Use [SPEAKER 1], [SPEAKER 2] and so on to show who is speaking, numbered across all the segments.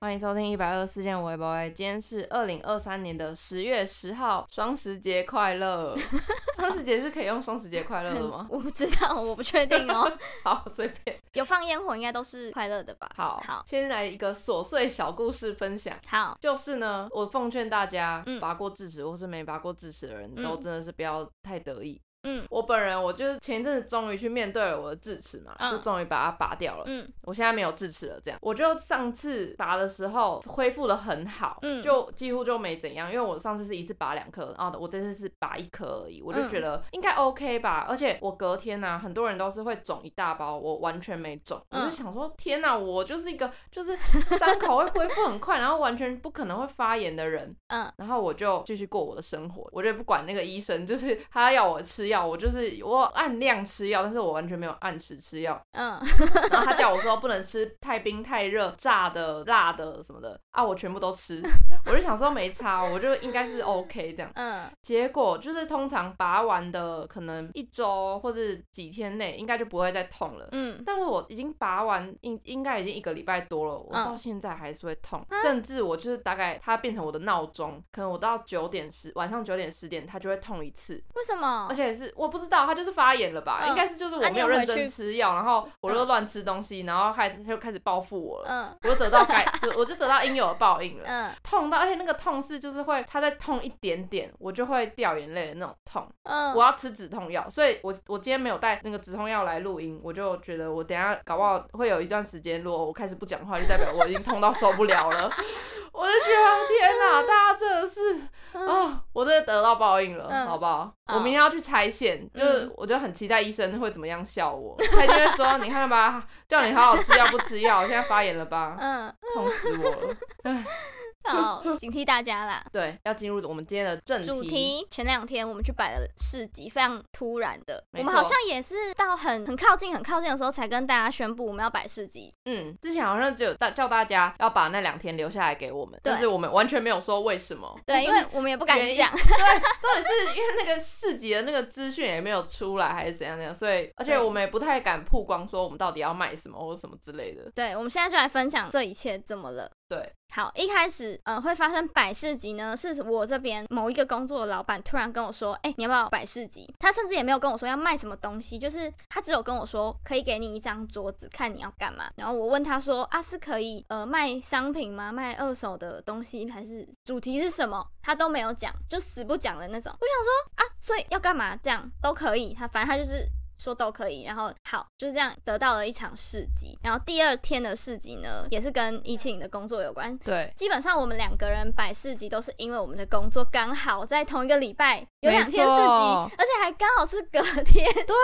[SPEAKER 1] 欢迎收听一百二十四件微博。今天是二零二三年的十月十号，双十节快乐！ 双十节是可以用双十节快乐的吗？
[SPEAKER 2] 我不知道，我不确 定哦。
[SPEAKER 1] 好，随便。
[SPEAKER 2] 有放烟火应该都是快乐的吧？
[SPEAKER 1] 好，
[SPEAKER 2] 好，
[SPEAKER 1] 先来一个琐碎小故事分享。
[SPEAKER 2] 好，
[SPEAKER 1] 就是呢，我奉劝大家，
[SPEAKER 2] 嗯
[SPEAKER 1] 拔过智齿或是没拔过智齿的人，
[SPEAKER 2] 嗯
[SPEAKER 1] 都真的是不要太得意。
[SPEAKER 2] 嗯
[SPEAKER 1] 我本人，我就是前一阵子终于去面对了我的智齿嘛，
[SPEAKER 2] 嗯
[SPEAKER 1] 就终于把它拔掉了。
[SPEAKER 2] 嗯
[SPEAKER 1] 我现在没有智齿了，这样我就上次拔的时候恢复的很好，
[SPEAKER 2] 嗯
[SPEAKER 1] 就几乎就没怎样，因为我上次是一次拔两颗，然后我这次是拔一颗而已，我就
[SPEAKER 2] 嗯
[SPEAKER 1] 觉得应该 OK 吧。而且我隔天呢、啊，很多人都是会肿一大包，我完全没肿，
[SPEAKER 2] 嗯
[SPEAKER 1] 我就想说天哪、我就是一个就是伤口会恢复很快，然后完全不可能会发炎的人，
[SPEAKER 2] 嗯，
[SPEAKER 1] 然后我就继续过我的生活，我就不管那个医生，就是他要我吃药，我就是我按量吃药，但是我完全没有按时吃药，
[SPEAKER 2] 嗯，
[SPEAKER 1] 然后他叫我说不能吃太冰、太热、炸的、辣的什么的啊，我全部都吃。我就想说没差，我就应该是 OK 这样。
[SPEAKER 2] 嗯，
[SPEAKER 1] 结果就是通常拔完的可能一周或是几天内，应该就不会再痛了。
[SPEAKER 2] 嗯，
[SPEAKER 1] 但我已经拔完，应应该已经一个礼拜多了，我
[SPEAKER 2] 嗯啊
[SPEAKER 1] 到现在还是会痛，甚至我就是大概它变成我的闹钟，可能我到九点十晚上九点十点它就会痛一次，
[SPEAKER 2] 为什么
[SPEAKER 1] 而？且是我不知道，它就是发炎了吧？
[SPEAKER 2] 哦嗯
[SPEAKER 1] 应该是就是我
[SPEAKER 2] 啊
[SPEAKER 1] 没
[SPEAKER 2] 你
[SPEAKER 1] 有
[SPEAKER 2] 有
[SPEAKER 1] 认
[SPEAKER 2] 回
[SPEAKER 1] 真
[SPEAKER 2] 去
[SPEAKER 1] 吃药，然后我就乱吃东西，然后开它就开始报复我了，
[SPEAKER 2] 嗯
[SPEAKER 1] 我就得到 该，就我就得到应有的报应了。
[SPEAKER 2] 嗯
[SPEAKER 1] 痛到，而且那个痛是就是会，它再痛一点点，我就会掉眼泪的那种痛。
[SPEAKER 2] 嗯，
[SPEAKER 1] 我要吃止痛药，所以我我今天没有带那个止痛药来录音，我就觉得我等一下搞不好会有一段时间，如果我开始不讲话，就代表我已经痛到受不了 了。我就觉得天哪，
[SPEAKER 2] 嗯
[SPEAKER 1] 大家真的是啊、我真的得到报应了，
[SPEAKER 2] 嗯
[SPEAKER 1] 好不好？
[SPEAKER 2] 好
[SPEAKER 1] 我明天要去拆线，就是
[SPEAKER 2] 嗯
[SPEAKER 1] 我就很期待医生会怎么样笑我，他就会说：“你看吧，叫你好好吃药不吃 药，现在发炎了吧，
[SPEAKER 2] 嗯，
[SPEAKER 1] 痛死我了。
[SPEAKER 2] 好，警惕大 家啦”。
[SPEAKER 1] 对，要进入我们今天的正
[SPEAKER 2] 主题前两天我们去摆了市集，非常突然的，
[SPEAKER 1] 没
[SPEAKER 2] 我
[SPEAKER 1] 错
[SPEAKER 2] 们好像也是到很很靠近、很靠近的时候才跟大家宣布我们要摆市集。
[SPEAKER 1] 嗯，之前好像只有大叫大家要把那两天留下来给我们，
[SPEAKER 2] 对
[SPEAKER 1] 但是我们完全没有说为什么。
[SPEAKER 2] 对，因
[SPEAKER 1] 就是
[SPEAKER 2] 为我们也不敢
[SPEAKER 1] 原因
[SPEAKER 2] 讲。
[SPEAKER 1] 对，重点是因为那个市集的那个资讯也没有出来，还是怎样怎样，所以而且
[SPEAKER 2] 对
[SPEAKER 1] 我们也不太敢曝光说我们到底要卖什么或什么之类的。
[SPEAKER 2] 对，我们现在就来分享这一切怎么了。
[SPEAKER 1] 对，
[SPEAKER 2] 好，一开始，嗯、会发生百事集呢，是我这边某一个工作的老板突然跟我说，哎、你要不要百事集？他甚至也没有跟我说要卖什么东西，就是他只有跟我说可以给你一张桌子，看你要干嘛。然后我问他说，啊，是可以呃卖商品吗？卖二手的东西还是主题是什么？他都没有讲，就死不讲的那种。我想说啊，所以要干嘛？这样都可以。他反正他就是说都可以，然后好，就是这样得到了一场市集。然后第二天的市集呢，也是跟怡庆的工作有关。
[SPEAKER 1] 对，
[SPEAKER 2] 基本上我们两个人摆市集都是因为我们的工作刚好在同一个礼拜有两天市
[SPEAKER 1] 没
[SPEAKER 2] 集
[SPEAKER 1] 错，
[SPEAKER 2] 而且还刚好是隔天。
[SPEAKER 1] 对，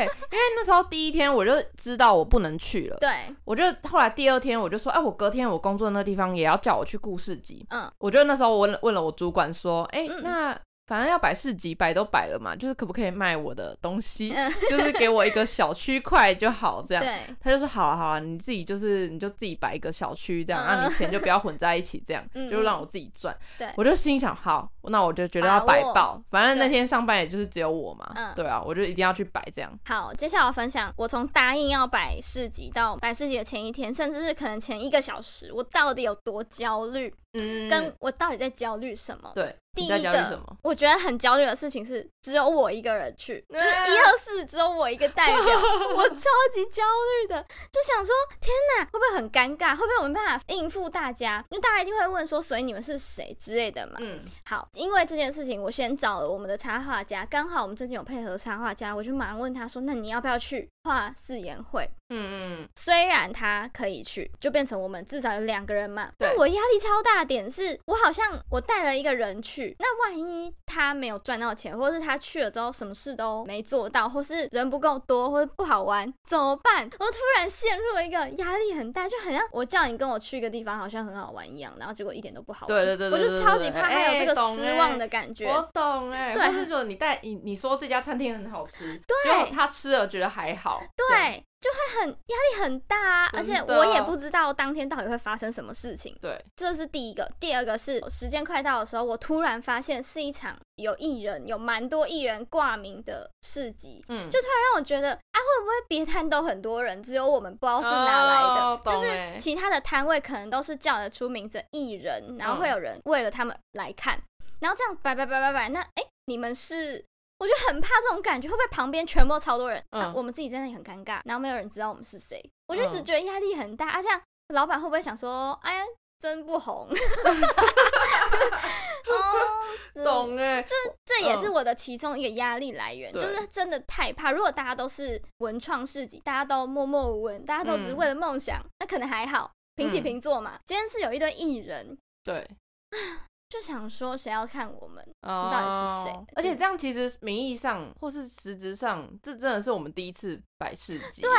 [SPEAKER 1] 因为那时候第一天我就知道我不能去了，
[SPEAKER 2] 对，
[SPEAKER 1] 我就后来第二天我就说，哎、我隔天我工作的那个地方也要叫我去顾市集。
[SPEAKER 2] 嗯，
[SPEAKER 1] 我就那时候我问问了我主管说，哎、
[SPEAKER 2] 嗯
[SPEAKER 1] 那反正要摆市集，摆都摆了嘛，就是可不可以卖我的东西，
[SPEAKER 2] 嗯
[SPEAKER 1] 就是给我一个小区块就好，这样。
[SPEAKER 2] 对，
[SPEAKER 1] 他就说好了好了，你自己就是你就自己摆一个小区这样，
[SPEAKER 2] 嗯
[SPEAKER 1] 那、你钱就不要混在一起，这样
[SPEAKER 2] 嗯
[SPEAKER 1] 就让我自己赚。
[SPEAKER 2] 对
[SPEAKER 1] 我就心想好，那我就觉得要摆
[SPEAKER 2] 把握
[SPEAKER 1] 爆，反正那
[SPEAKER 2] 对
[SPEAKER 1] 天上班也就是只有我嘛，
[SPEAKER 2] 嗯
[SPEAKER 1] 对啊，我就一定要去摆这样。
[SPEAKER 2] 好，接下来我分享我从答应要摆市集到摆市集的前一天，甚至是可能前一个小时，我到底有多焦虑，
[SPEAKER 1] 嗯
[SPEAKER 2] 跟我到底在焦虑什么。
[SPEAKER 1] 对，
[SPEAKER 2] 第
[SPEAKER 1] 你
[SPEAKER 2] 一
[SPEAKER 1] 在焦虑
[SPEAKER 2] 个
[SPEAKER 1] 什么？
[SPEAKER 2] 我觉得很焦虑的事情是，只有我一个人去，就是
[SPEAKER 1] 啊
[SPEAKER 2] 一二四只有我一个代表，我超级焦虑的，就想说天哪，会不会很尴尬？会不会我没办法应付大家？因为大家一定会问说，所以你们是谁之类的嘛。
[SPEAKER 1] 嗯，
[SPEAKER 2] 好，因为这件事情，我先找了我们的插画家，刚好我们最近有配合插画家，我就马上问他说，那你要不要去画四言会？
[SPEAKER 1] 嗯嗯，
[SPEAKER 2] 虽然他可以去，就变成我们至少有两个人嘛。
[SPEAKER 1] 对
[SPEAKER 2] 但我压力超大的点是，我好像我带了一个人去，那万一他没有赚到钱，或是他去了之后什么事都没做到，或是人不够多，或者不好玩，怎么办？我突然陷入了一个压力很大，就很像我叫你跟我去一个地方，好像很好玩一样，然后结果一点都不好玩。
[SPEAKER 1] 对对对对对
[SPEAKER 2] 我就超级怕
[SPEAKER 1] 对对
[SPEAKER 2] 他
[SPEAKER 1] 对
[SPEAKER 2] 有这个
[SPEAKER 1] 哎
[SPEAKER 2] 失望的感觉。
[SPEAKER 1] 我懂哎、
[SPEAKER 2] 对
[SPEAKER 1] 或是说你带你你说这家餐厅很好吃，
[SPEAKER 2] 对
[SPEAKER 1] 结果他吃了觉得还好，好。这样
[SPEAKER 2] 对，就会很压力很大啊，而且
[SPEAKER 1] 真的
[SPEAKER 2] 我也不知道当天到底会发生什么事情。
[SPEAKER 1] 对，
[SPEAKER 2] 这是第一个，第二个是时间快到的时候，我突然发现是一场有艺人，有蛮多艺人挂名的市集，
[SPEAKER 1] 嗯，
[SPEAKER 2] 就突然让我觉得啊，会不会别摊都很多人，只有我们不知道是哪来的？
[SPEAKER 1] 哦懂
[SPEAKER 2] 就是
[SPEAKER 1] 欸
[SPEAKER 2] 其他的摊位可能都是叫得出名字的艺人，然后
[SPEAKER 1] 嗯
[SPEAKER 2] 会有人为了他们来看，然后这样摆摆摆摆摆，那哎、诶你们是？我就很怕这种感觉，会不会旁边全部都超多人、
[SPEAKER 1] 嗯
[SPEAKER 2] 啊我们自己在那里很尴尬，然后没有人知道我们是谁，我就一直
[SPEAKER 1] 嗯
[SPEAKER 2] 觉得压力很大。啊，这样老板会不会想说，哎呀，真不红？ 哦，
[SPEAKER 1] 懂哎，
[SPEAKER 2] 这也是
[SPEAKER 1] 嗯
[SPEAKER 2] 我的其中一个压力来源，就
[SPEAKER 1] 对
[SPEAKER 2] 是真的太怕。如果大家都是文创市集，大家都默默无闻，大家都只是为了梦想，那可能还好，平起
[SPEAKER 1] 嗯
[SPEAKER 2] 平坐嘛。今天是有一堆艺人，
[SPEAKER 1] 对，
[SPEAKER 2] 就想说谁要看我们？
[SPEAKER 1] 哦
[SPEAKER 2] 到底是谁
[SPEAKER 1] 而且这样其实名义上或是实质上，这真的是我们第一次摆市集。
[SPEAKER 2] 对，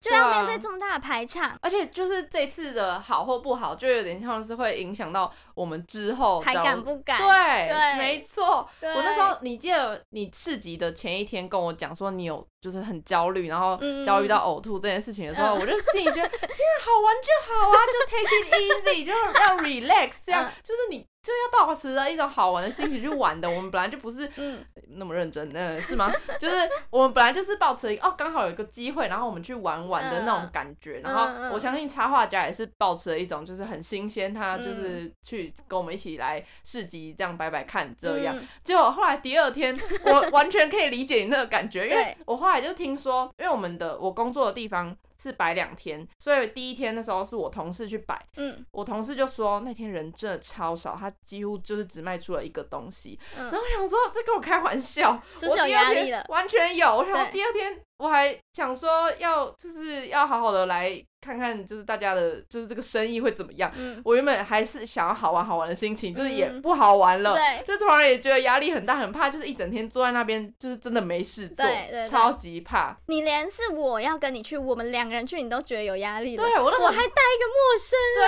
[SPEAKER 2] 就
[SPEAKER 1] 对
[SPEAKER 2] 要
[SPEAKER 1] 啊
[SPEAKER 2] 面对这么大的排场，
[SPEAKER 1] 而且就是这次的好或不好，就有点像是会影响到我们之后
[SPEAKER 2] 还
[SPEAKER 1] 找
[SPEAKER 2] 敢不敢？
[SPEAKER 1] 对
[SPEAKER 2] 对
[SPEAKER 1] 没错。
[SPEAKER 2] 对
[SPEAKER 1] 我那时候，你记得你市集的前一天跟我讲说你有就是很焦虑，然后
[SPEAKER 2] 嗯
[SPEAKER 1] 焦虑到呕吐这件事情的时候，
[SPEAKER 2] 嗯
[SPEAKER 1] 我就心里觉得天啊好玩就好啊，就 take it easy，就是要 relax，这样、
[SPEAKER 2] 嗯
[SPEAKER 1] 就是你就要保持着一种好玩的心情去玩的。我们本来就不是
[SPEAKER 2] 嗯，
[SPEAKER 1] 那么认真，嗯、是 吗？就是我们本来就是抱持哦，刚好有一个机会，然后我们去玩玩的那种感觉。然
[SPEAKER 2] 嗯嗯
[SPEAKER 1] 后我相信插画家也是抱持了一种就是很新鲜，他
[SPEAKER 2] 嗯
[SPEAKER 1] 就是去跟我们一起来市集这样摆摆看这样。
[SPEAKER 2] 嗯
[SPEAKER 1] 结果后来第二 天，我完全可以理解你那个感觉，因为
[SPEAKER 2] 对
[SPEAKER 1] 我后来就听说，因为我们的我工作的地方是摆两天，所以第一天的时候是我同事去摆，
[SPEAKER 2] 嗯
[SPEAKER 1] 我同事就说那天人真的超少，他几乎就是只卖出了一个东西。
[SPEAKER 2] 嗯
[SPEAKER 1] 然后我想说这跟我开玩笑，
[SPEAKER 2] 是不是
[SPEAKER 1] 我第
[SPEAKER 2] 有
[SPEAKER 1] 二
[SPEAKER 2] 压力
[SPEAKER 1] 天
[SPEAKER 2] 了
[SPEAKER 1] 完全有。我想
[SPEAKER 2] 对
[SPEAKER 1] 第二天我还想说要就是要好好的来看看，就是大家的就是这个生意会怎么样。
[SPEAKER 2] 嗯，
[SPEAKER 1] 我原本还是想要好玩好玩的心情，就是也
[SPEAKER 2] 嗯
[SPEAKER 1] 不好玩了。
[SPEAKER 2] 对，
[SPEAKER 1] 就突然也觉得压力很大，很怕，就是一整天坐在那边，就是真的没事做，
[SPEAKER 2] 对对对
[SPEAKER 1] 超级怕。
[SPEAKER 2] 你连是我要跟你去，我们两个人去，你都觉得有压力了。
[SPEAKER 1] 对啊我都
[SPEAKER 2] 我
[SPEAKER 1] 很
[SPEAKER 2] 还带一个陌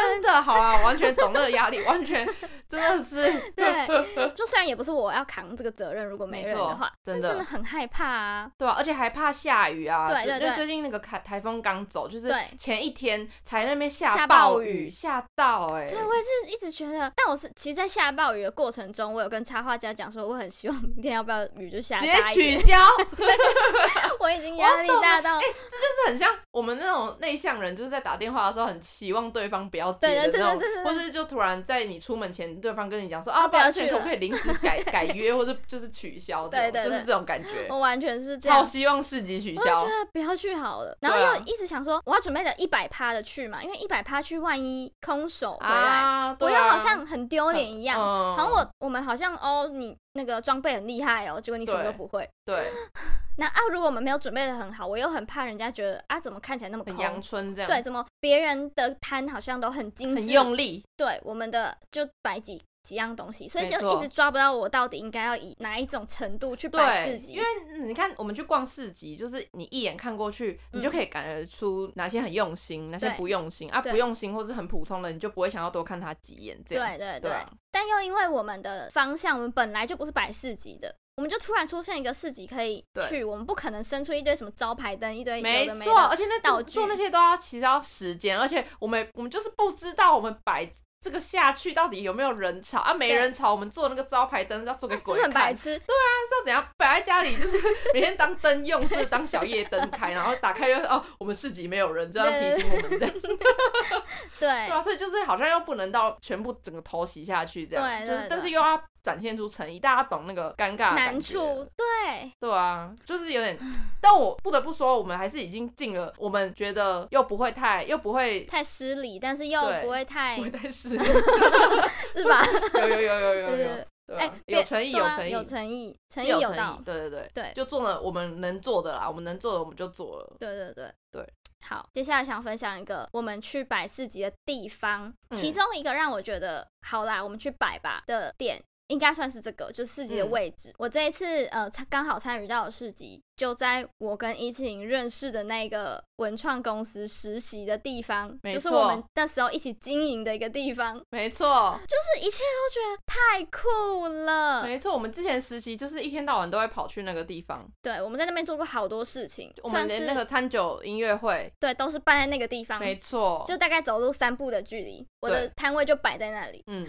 [SPEAKER 2] 生人。
[SPEAKER 1] 真的好啊，完全懂那个压力，完全真的是
[SPEAKER 2] 对，就虽然也不是我要扛这个责任，如果没人的话，
[SPEAKER 1] 没 错真
[SPEAKER 2] 但
[SPEAKER 1] 的
[SPEAKER 2] 真的很害怕啊。
[SPEAKER 1] 对啊，而且还怕下雨啊。
[SPEAKER 2] 对对
[SPEAKER 1] 因为
[SPEAKER 2] 对
[SPEAKER 1] 最近那个台台风刚走，就是
[SPEAKER 2] 对
[SPEAKER 1] 前一天才那边
[SPEAKER 2] 下
[SPEAKER 1] 下
[SPEAKER 2] 暴
[SPEAKER 1] 暴
[SPEAKER 2] 雨
[SPEAKER 1] 雨，下到哎、
[SPEAKER 2] 对，我也是一直觉得，但我是其实，在下暴雨的过程中，我有跟插画家讲说，我很希望明天要不要雨就下
[SPEAKER 1] 直
[SPEAKER 2] 大
[SPEAKER 1] 接
[SPEAKER 2] 一
[SPEAKER 1] 取
[SPEAKER 2] 点。
[SPEAKER 1] 消， 哎
[SPEAKER 2] 我已经压力大到，
[SPEAKER 1] 就是很像我们那种内向人，就是在打电话的时候很期望对方不要接
[SPEAKER 2] 对对
[SPEAKER 1] 的那种
[SPEAKER 2] 对对对，对
[SPEAKER 1] 或是就突然在你出门前，对方跟你讲说啊，
[SPEAKER 2] 不
[SPEAKER 1] 不
[SPEAKER 2] 要
[SPEAKER 1] 然可
[SPEAKER 2] 去
[SPEAKER 1] 不可以临时 改改约，或者就是取消这种，
[SPEAKER 2] 对对对
[SPEAKER 1] 就是这种感觉。
[SPEAKER 2] 我完全是这
[SPEAKER 1] 超
[SPEAKER 2] 样。
[SPEAKER 1] 希望市集取
[SPEAKER 2] 我就觉
[SPEAKER 1] 消，
[SPEAKER 2] 得不要去好了，然后
[SPEAKER 1] 对啊
[SPEAKER 2] 又一直想说我要准备了一百趴的去嘛，因为一百趴去万一空手回来，
[SPEAKER 1] 啊，
[SPEAKER 2] 我
[SPEAKER 1] 对
[SPEAKER 2] 又
[SPEAKER 1] 啊
[SPEAKER 2] 好像很丢脸一样，
[SPEAKER 1] 嗯
[SPEAKER 2] 好像我我们好像哦你那个装备很厉害哦，结果你什么都
[SPEAKER 1] 对
[SPEAKER 2] 不会，
[SPEAKER 1] 对
[SPEAKER 2] 那啊，如果我们没有准备的很好，我又很怕人家觉得啊，怎么看起来那么
[SPEAKER 1] 很阳
[SPEAKER 2] 空？
[SPEAKER 1] 春这样，
[SPEAKER 2] 对，，怎么别人的摊好像都很精致，
[SPEAKER 1] 很用力，
[SPEAKER 2] 对我们的就摆几几样东西，所以
[SPEAKER 1] 没
[SPEAKER 2] 就
[SPEAKER 1] 错
[SPEAKER 2] 一直抓不到我到底应该要以哪一种程度去摆市
[SPEAKER 1] 对，
[SPEAKER 2] 集
[SPEAKER 1] 因为。嗯你看，我们去逛市集，就是你一眼看过去，你就可以感觉出哪些很用心，哪些
[SPEAKER 2] 嗯对
[SPEAKER 1] 不用心啊。
[SPEAKER 2] 对
[SPEAKER 1] 不用心或是很普通的，你就不会想要多看他几眼这样。
[SPEAKER 2] 对对对
[SPEAKER 1] 对啊，
[SPEAKER 2] 但又因为我们的方向，我们本来就不是摆市集的，我们就突然出现一个市集可以
[SPEAKER 1] 对
[SPEAKER 2] 去，我们不可能生出一堆什么招牌灯，一堆有的
[SPEAKER 1] 没
[SPEAKER 2] 的
[SPEAKER 1] 错，而且那
[SPEAKER 2] 道
[SPEAKER 1] 做
[SPEAKER 2] 具
[SPEAKER 1] 做那些都要其实要时间，而且我们我们就是不知道我们摆这个下去到底有没有人潮啊，没
[SPEAKER 2] 对
[SPEAKER 1] 人潮，我们做那个招牌灯是要做给
[SPEAKER 2] 那是不
[SPEAKER 1] 鬼
[SPEAKER 2] 是很白
[SPEAKER 1] 看，
[SPEAKER 2] 痴？
[SPEAKER 1] 知道怎样摆在家里，就是 每天当灯用，是不是当小夜灯开，然后打开就是哦，我们市集没有人，这样
[SPEAKER 2] 对
[SPEAKER 1] 提醒我们这样。
[SPEAKER 2] 对
[SPEAKER 1] 对啊，所以就是好像又不能到全部整个头洗下去这样，
[SPEAKER 2] 对
[SPEAKER 1] 就是
[SPEAKER 2] 对
[SPEAKER 1] 但
[SPEAKER 2] 对
[SPEAKER 1] 是又要展现出诚意，大家懂那个尴尬的
[SPEAKER 2] 难
[SPEAKER 1] 感觉
[SPEAKER 2] 处，对，
[SPEAKER 1] 对啊，就是有点，但我不得不说，我们还是已经进了，我们觉得又不会太，又不会
[SPEAKER 2] 太失礼，但是又
[SPEAKER 1] 对
[SPEAKER 2] 不会太
[SPEAKER 1] 不会太 失礼，
[SPEAKER 2] 是吧？
[SPEAKER 1] 有有有有有
[SPEAKER 2] 对
[SPEAKER 1] 有
[SPEAKER 2] 对，
[SPEAKER 1] 对
[SPEAKER 2] 哎
[SPEAKER 1] 啊，
[SPEAKER 2] 别
[SPEAKER 1] 有诚意
[SPEAKER 2] 对啊
[SPEAKER 1] 诚意，
[SPEAKER 2] 有诚意，诚
[SPEAKER 1] 是
[SPEAKER 2] 意
[SPEAKER 1] 有
[SPEAKER 2] 有
[SPEAKER 1] 诚
[SPEAKER 2] 到
[SPEAKER 1] 意，，对对对
[SPEAKER 2] 对
[SPEAKER 1] 就做了我们能做的啦，我们能做的我们就做了，
[SPEAKER 2] 对对对
[SPEAKER 1] 对。
[SPEAKER 2] 好，接下来想分享一个我们去摆市集的地方，
[SPEAKER 1] 嗯
[SPEAKER 2] 其中一个让我觉得好啦，我们去摆吧的点，应该算是这个，就是市集的
[SPEAKER 1] 嗯
[SPEAKER 2] 位置。我这一次呃参刚好参与到的市集，就在我跟一七零认识的那个文创公司实习的地方，
[SPEAKER 1] 没
[SPEAKER 2] 就是我
[SPEAKER 1] 错
[SPEAKER 2] 们那时候一起经营的一个地方，
[SPEAKER 1] 没错，
[SPEAKER 2] 就是一切都觉得太酷了。
[SPEAKER 1] 没错，我们之前实习就是一天到晚都会跑去那个地方，
[SPEAKER 2] 对，我们在那边做过好多事情，
[SPEAKER 1] 我们
[SPEAKER 2] 算
[SPEAKER 1] 连
[SPEAKER 2] 是
[SPEAKER 1] 那个餐酒音乐会，
[SPEAKER 2] 对都是办在那个地方，
[SPEAKER 1] 没错，
[SPEAKER 2] 就大概走路三步的距离，我的
[SPEAKER 1] 对
[SPEAKER 2] 摊位就摆在那里，
[SPEAKER 1] 嗯，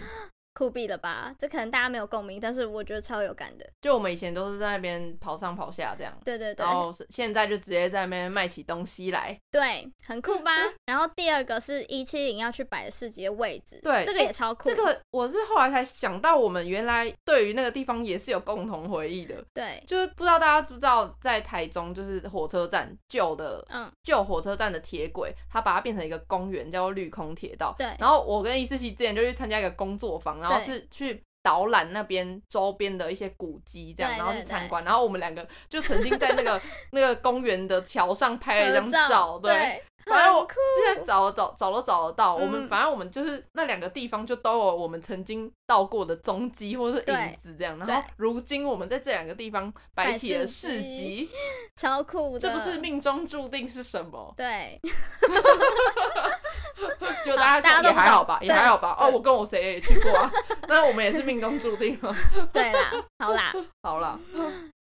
[SPEAKER 2] 酷毙了吧？这可能大家没有共鸣，但是我觉得超有感的。
[SPEAKER 1] 就我们以前都是在那边跑上跑下这样。
[SPEAKER 2] 对对对，
[SPEAKER 1] 然
[SPEAKER 2] 而且
[SPEAKER 1] 后是现在就直接在那边卖起东西来，
[SPEAKER 2] 对，很酷吧？
[SPEAKER 1] 嗯
[SPEAKER 2] 然后第二个是一七零要去摆的市集的位置，
[SPEAKER 1] 对
[SPEAKER 2] 这个
[SPEAKER 1] 诶
[SPEAKER 2] 也超酷。
[SPEAKER 1] 这个我是后来才想到，我们原来对于那个地方也是有共同回忆的。
[SPEAKER 2] 对，
[SPEAKER 1] 就是不知道大家知不知道，在台中就是火车站旧的
[SPEAKER 2] 嗯，
[SPEAKER 1] 旧火车站的铁轨，它把它变成一个公园，叫做绿空铁道。
[SPEAKER 2] 对
[SPEAKER 1] 然后我跟伊思琪之前就去参加一个工作坊，然后是去。导览那边周边的一些古迹，这样，
[SPEAKER 2] 对
[SPEAKER 1] 然后
[SPEAKER 2] 对
[SPEAKER 1] 去参观。然后我们两个就曾经在那 个那个公园的桥上拍了一
[SPEAKER 2] 合
[SPEAKER 1] 张照，对，
[SPEAKER 2] 对，
[SPEAKER 1] 反正我
[SPEAKER 2] 很酷
[SPEAKER 1] 现在找找找都找得到。
[SPEAKER 2] 嗯
[SPEAKER 1] 我们反正我们就是那两个地方就都有我们曾经到过的踪迹或是
[SPEAKER 2] 对
[SPEAKER 1] 影子这样。然
[SPEAKER 2] 对
[SPEAKER 1] 后如今我们在这两个地方摆起了市
[SPEAKER 2] 摆市
[SPEAKER 1] 集，
[SPEAKER 2] 超酷的，
[SPEAKER 1] 这不是命中注定是什 么？
[SPEAKER 2] 对，
[SPEAKER 1] 就大
[SPEAKER 2] 大
[SPEAKER 1] 家
[SPEAKER 2] 家
[SPEAKER 1] 说
[SPEAKER 2] 都
[SPEAKER 1] 也
[SPEAKER 2] 不
[SPEAKER 1] 还
[SPEAKER 2] 懂
[SPEAKER 1] 好吧，也
[SPEAKER 2] 对
[SPEAKER 1] 还好吧。哦，
[SPEAKER 2] 对
[SPEAKER 1] 我跟我谁也去过啊， 那我们也是命中注定了。
[SPEAKER 2] 对啦，好啦。
[SPEAKER 1] 好啦，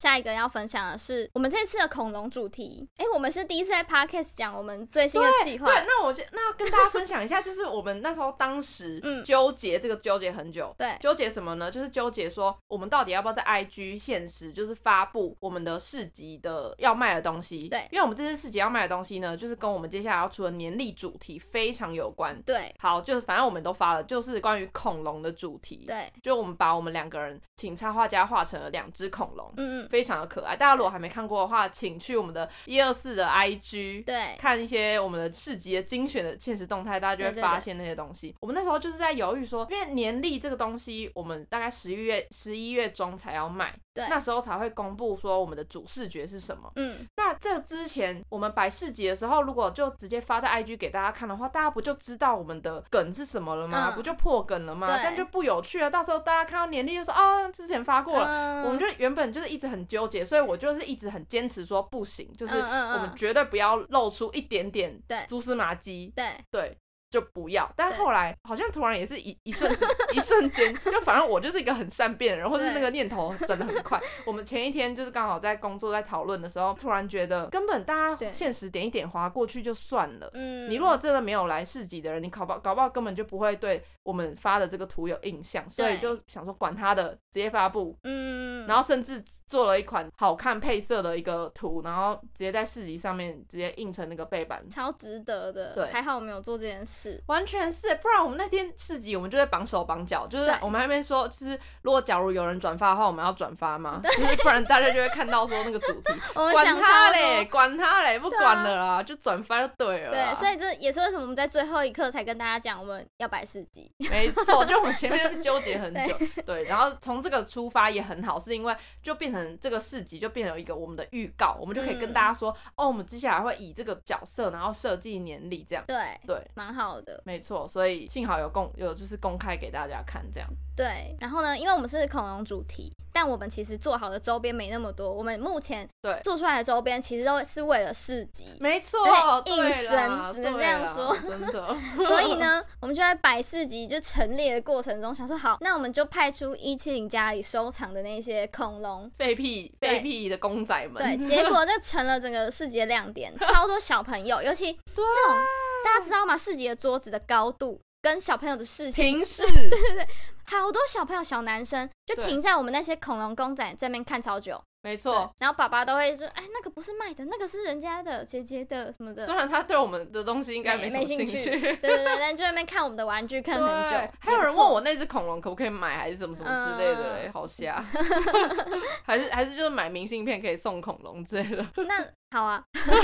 [SPEAKER 2] 下一个要分享的是我们这次的恐龙主题。哎、我们是第一次在 podcast 讲我们最新的
[SPEAKER 1] 对 对，
[SPEAKER 2] 计划，
[SPEAKER 1] 那我就那跟大家分享一下，就是我们那时候当时
[SPEAKER 2] 嗯
[SPEAKER 1] 纠结这个纠结很久，
[SPEAKER 2] 对
[SPEAKER 1] 纠结什么呢？就是纠结说，我们到底要不要在 IG 限时，就是发布我们的市集的要卖的东西？
[SPEAKER 2] 对
[SPEAKER 1] 因为我们这次市集要卖的东西呢，就是跟我们接下来要出的年历主题非常有关。
[SPEAKER 2] 对
[SPEAKER 1] 好，就是反正我们都发了，就是关于恐龙的主题。，
[SPEAKER 2] 对，
[SPEAKER 1] 就我们把我们两个人请插画家画成了两只恐龙，
[SPEAKER 2] 嗯嗯，
[SPEAKER 1] 非常的可爱。大家如果还没看过的话，请去我们的一二四的 IG。
[SPEAKER 2] 对
[SPEAKER 1] 看一些我们的市集的精选的现实动态，大家就
[SPEAKER 2] 对对
[SPEAKER 1] 会发现那些东西。我们那时候就是在犹豫说，因为年历这个东西，我们大概十一月、十一月中才要卖，
[SPEAKER 2] 对
[SPEAKER 1] 那时候才会公布说我们的主视觉是什么。
[SPEAKER 2] 嗯，
[SPEAKER 1] 那这之前我们摆市集的时候，如果就直接发在 IG 给大家看的话，大家不就知道我们的梗是什么了吗？
[SPEAKER 2] 嗯
[SPEAKER 1] 不就破梗了吗？
[SPEAKER 2] 对
[SPEAKER 1] 这样就不有趣了。到时候大家看到年历就说啊，之前发过了。
[SPEAKER 2] 嗯
[SPEAKER 1] 我们就原本就是一直很纠结，所以我就是一直很坚持说不行，就是
[SPEAKER 2] 嗯嗯嗯
[SPEAKER 1] 我们绝对不要露出一点点
[SPEAKER 2] 对
[SPEAKER 1] 蛛丝马迹，
[SPEAKER 2] 对
[SPEAKER 1] 对，就不要。但
[SPEAKER 2] 对
[SPEAKER 1] 后来好像突然也是一一瞬间， 一瞬间，就反正我就是一个很善变的人，或是
[SPEAKER 2] 对
[SPEAKER 1] 那个念头转的很 快。我们前一天就是刚好在工作在讨论的时候，突然觉得根本大
[SPEAKER 2] 对
[SPEAKER 1] 家现实点一点划过去就算了。
[SPEAKER 2] 嗯，
[SPEAKER 1] 你如果真的没有来市集的人，你搞不好搞不好根本就不会对我们发的这个图有印象，所以
[SPEAKER 2] 对
[SPEAKER 1] 就想说管他的，直接发布，
[SPEAKER 2] 嗯，
[SPEAKER 1] 然后甚至做了一款好看配色的一个图，然后直接在市集上面直接印成那个背板，
[SPEAKER 2] 超值得的，
[SPEAKER 1] 对
[SPEAKER 2] 还好我没有做这件事，
[SPEAKER 1] 完全是，不然我们那天市集我们就会绑手绑脚，就是
[SPEAKER 2] 对
[SPEAKER 1] 我们还没说，就是如果假如有人转发的话，我们要转发 吗？就是不然大家就会看到说那个主题，
[SPEAKER 2] 我们
[SPEAKER 1] 管
[SPEAKER 2] 想超
[SPEAKER 1] 他
[SPEAKER 2] 多
[SPEAKER 1] 嘞，啊管他嘞，不管了啦，就转发就对了啦。
[SPEAKER 2] 对，所以这也是为什么我们在最后一刻才跟大家讲我们要摆市集。
[SPEAKER 1] 没错，就我们前面纠结很久，对，然后从这个出发也很好，是因为就变成这个市集就变成一个我们的预告，我们就可以跟
[SPEAKER 2] 嗯
[SPEAKER 1] 大家说，哦，我们接下来会以这个角色，然后设计年历这样，
[SPEAKER 2] 对，
[SPEAKER 1] 对，
[SPEAKER 2] 蛮好的。
[SPEAKER 1] 没错，所以幸好有公有就是公开给大家看这样，
[SPEAKER 2] 对，然后呢，因为我们是恐龙主题，但我们其实做好的周边没那么多，我们目前
[SPEAKER 1] 对
[SPEAKER 2] 做出来的周边其实都是为了市 集。
[SPEAKER 1] 没错
[SPEAKER 2] 有，
[SPEAKER 1] 对
[SPEAKER 2] 点
[SPEAKER 1] 啦
[SPEAKER 2] 应声只能这样说，
[SPEAKER 1] 对啦真的，
[SPEAKER 2] 所以呢，我们就在摆市集就陈列的过程中，想说好，那我们就派出一七零家里收藏的那些恐龙，
[SPEAKER 1] 废屁
[SPEAKER 2] 对
[SPEAKER 1] 废屁的公仔们，
[SPEAKER 2] 对，结果这成了整个市集的亮 点，超多小朋友，尤其
[SPEAKER 1] 啊
[SPEAKER 2] 那种大家知道吗？市集的桌子的高度跟小朋友的视线
[SPEAKER 1] 平视，
[SPEAKER 2] 好多小朋友、小男生就
[SPEAKER 1] 对
[SPEAKER 2] 停在我们那些恐龙公仔这边看超久，
[SPEAKER 1] 没
[SPEAKER 2] 对
[SPEAKER 1] 错。
[SPEAKER 2] 然后爸爸都会说：“哎，那个不是卖的，那个是人家的姐姐的什么的。
[SPEAKER 1] 虽”然他对我们的东西应该
[SPEAKER 2] 没
[SPEAKER 1] 没什么
[SPEAKER 2] 没兴
[SPEAKER 1] 兴
[SPEAKER 2] 趣
[SPEAKER 1] 趣，
[SPEAKER 2] 对对对，但就在那边看我们的玩具看很久
[SPEAKER 1] 对。还有人问
[SPEAKER 2] 也
[SPEAKER 1] 我那只恐龙可不可以买，还是什么什么之类的嘞、
[SPEAKER 2] 嗯
[SPEAKER 1] 好瞎。还是还是就是买明信片可以送恐龙之类的。
[SPEAKER 2] 不错，那好啊，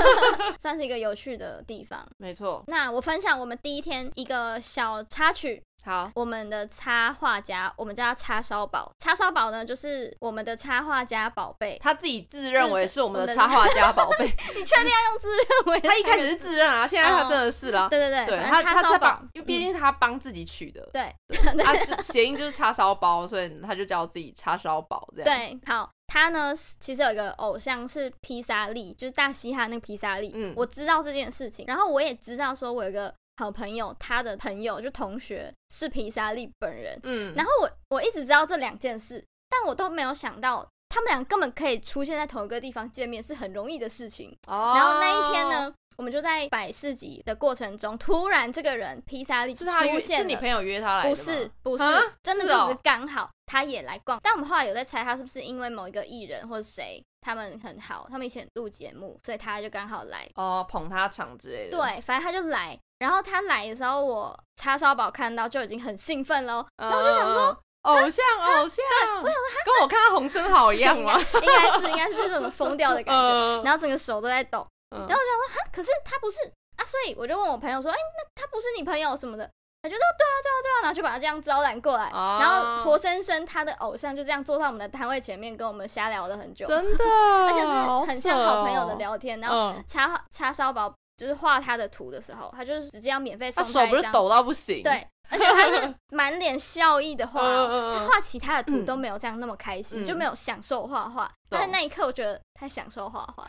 [SPEAKER 2] 算是一个有趣的地方。
[SPEAKER 1] 没错，
[SPEAKER 2] 那我分享我们第一天一个小插曲，
[SPEAKER 1] 好，
[SPEAKER 2] 我们的插画家，我们叫他叉烧宝。叉烧宝呢，就是我们的插画家宝 贝。
[SPEAKER 1] 他自己自认为是我们
[SPEAKER 2] 自
[SPEAKER 1] 的
[SPEAKER 2] 是
[SPEAKER 1] 插画家宝 贝，
[SPEAKER 2] 你确定要用自认 为？
[SPEAKER 1] 他一开始是自认啊，现在他真的是啦。
[SPEAKER 2] 对对对，
[SPEAKER 1] 对
[SPEAKER 2] 反
[SPEAKER 1] 他，
[SPEAKER 2] 正
[SPEAKER 1] 他
[SPEAKER 2] 叉
[SPEAKER 1] 在
[SPEAKER 2] 烧宝
[SPEAKER 1] 帮，，因为毕竟是他帮自己取的，
[SPEAKER 2] 对
[SPEAKER 1] 他就谐音就是叉烧包，所以他就叫自己叉烧包这样。
[SPEAKER 2] 对，好。他呢，是其实有一个偶像是披萨利，就是大嘻哈那个披萨利。
[SPEAKER 1] 嗯
[SPEAKER 2] 我知道这件事情，然后我也知道说，我有一个好朋友，他的朋友就同学是披萨利本人。
[SPEAKER 1] 嗯，
[SPEAKER 2] 然后我我一直知道这两件事，但我都没有想到他们俩根本可以出现在同一个地方见面是很容易的事情。
[SPEAKER 1] 哦
[SPEAKER 2] 然后那一天，呢，我们就在摆市集的过程中，突然这个人披萨利
[SPEAKER 1] 是
[SPEAKER 2] 出
[SPEAKER 1] 他约，是
[SPEAKER 2] 现
[SPEAKER 1] 你
[SPEAKER 2] 了
[SPEAKER 1] 朋。友约他来的
[SPEAKER 2] 不
[SPEAKER 1] 吗
[SPEAKER 2] 是不是
[SPEAKER 1] 啊，
[SPEAKER 2] 真的
[SPEAKER 1] 是
[SPEAKER 2] 就
[SPEAKER 1] 哦
[SPEAKER 2] 是刚好他也来逛，但我们后来有在猜他是不是因为某一个艺人或者谁他们很好，他们以前录节目，所以他就刚好来。
[SPEAKER 1] 哦，捧他场之类的。，
[SPEAKER 2] 对，反正他就来，然后他来的时候，我叉烧堡看到就已经很兴奋喽，
[SPEAKER 1] 然
[SPEAKER 2] 后我就想说，
[SPEAKER 1] 呃偶像偶像，我想跟我看到洪生豪一样啊吗？
[SPEAKER 2] 应该是应该是这种疯掉的 感觉，
[SPEAKER 1] 嗯
[SPEAKER 2] 然后整个手都在抖。
[SPEAKER 1] 嗯
[SPEAKER 2] 然后我想说，哈，可是他不是啊，所以我就问我朋友说，哎、那他不是你朋友什么的？他就说对啊，对啊，对啊，然后就把他这样招揽过来，
[SPEAKER 1] 啊
[SPEAKER 2] 然后活生生他的偶像就这样坐到我们的摊位前面，跟我们瞎聊了很久，
[SPEAKER 1] 真的，
[SPEAKER 2] 而
[SPEAKER 1] 而
[SPEAKER 2] 且是很像好朋友的聊天。然后
[SPEAKER 1] 嗯，
[SPEAKER 2] 叉叉烧包就是画他的图的时候，他就是直接要免费
[SPEAKER 1] 他
[SPEAKER 2] 送
[SPEAKER 1] 手不
[SPEAKER 2] 一
[SPEAKER 1] 是
[SPEAKER 2] 张，
[SPEAKER 1] 抖到不行，，
[SPEAKER 2] 对，而且他是满脸笑意的画哦、
[SPEAKER 1] 嗯嗯嗯
[SPEAKER 2] 他画其他的图都没有这样那么开心，
[SPEAKER 1] 嗯
[SPEAKER 2] 就没有享受画画。
[SPEAKER 1] 懂
[SPEAKER 2] 但是那一刻，我觉得他享受画画，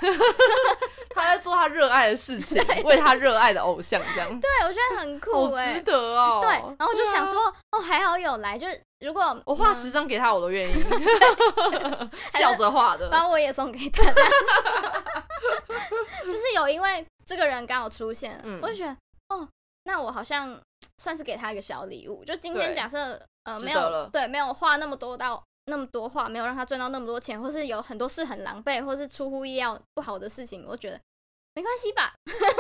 [SPEAKER 1] 他在做他热爱的事 情，为他热爱的偶像这样，
[SPEAKER 2] 对我觉得很
[SPEAKER 1] 好
[SPEAKER 2] 酷哎、
[SPEAKER 1] 值得哦。
[SPEAKER 2] 对，然后我就
[SPEAKER 1] 对啊
[SPEAKER 2] 想，说，哦，还好有来，就是如果
[SPEAKER 1] 我画
[SPEAKER 2] 嗯
[SPEAKER 1] 十张给他，我都愿意， 笑着画的。
[SPEAKER 2] 把我也送给他， 就是有因为这个人刚好出现，
[SPEAKER 1] 嗯
[SPEAKER 2] 我就觉得，哦，那我好像算是给他一个小礼物。就今天
[SPEAKER 1] 对
[SPEAKER 2] 假设呃
[SPEAKER 1] 值
[SPEAKER 2] 没
[SPEAKER 1] 得了
[SPEAKER 2] 有对没有画那么多到那么多画，没有让他赚到那么多钱，或是有很多事很狼狈，或是出乎意料不好的事情，我觉得没关系吧。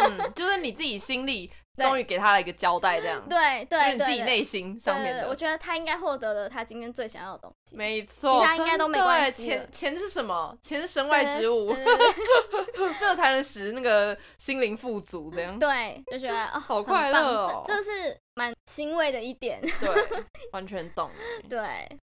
[SPEAKER 1] 嗯，就是你自己心里
[SPEAKER 2] 对
[SPEAKER 1] 终于给他了一个交代，这样，
[SPEAKER 2] 对
[SPEAKER 1] 就是
[SPEAKER 2] 对
[SPEAKER 1] 你自己
[SPEAKER 2] 对对。
[SPEAKER 1] 内心
[SPEAKER 2] 对
[SPEAKER 1] 上面
[SPEAKER 2] 对对我
[SPEAKER 1] 的。
[SPEAKER 2] 觉得他应该获得了他今天最想要的东西。
[SPEAKER 1] 没错，
[SPEAKER 2] 其他应该都没
[SPEAKER 1] 真的
[SPEAKER 2] 关
[SPEAKER 1] 耶
[SPEAKER 2] 系了
[SPEAKER 1] 钱钱是什么？钱是身外之物
[SPEAKER 2] 对，对对
[SPEAKER 1] 这才能使那个心灵富足，这样。
[SPEAKER 2] 对，就觉得哦，
[SPEAKER 1] 好
[SPEAKER 2] 很
[SPEAKER 1] 快
[SPEAKER 2] 棒
[SPEAKER 1] 乐哦
[SPEAKER 2] 这这是蛮欣慰的一点。
[SPEAKER 1] 对，完全懂耶。
[SPEAKER 2] 对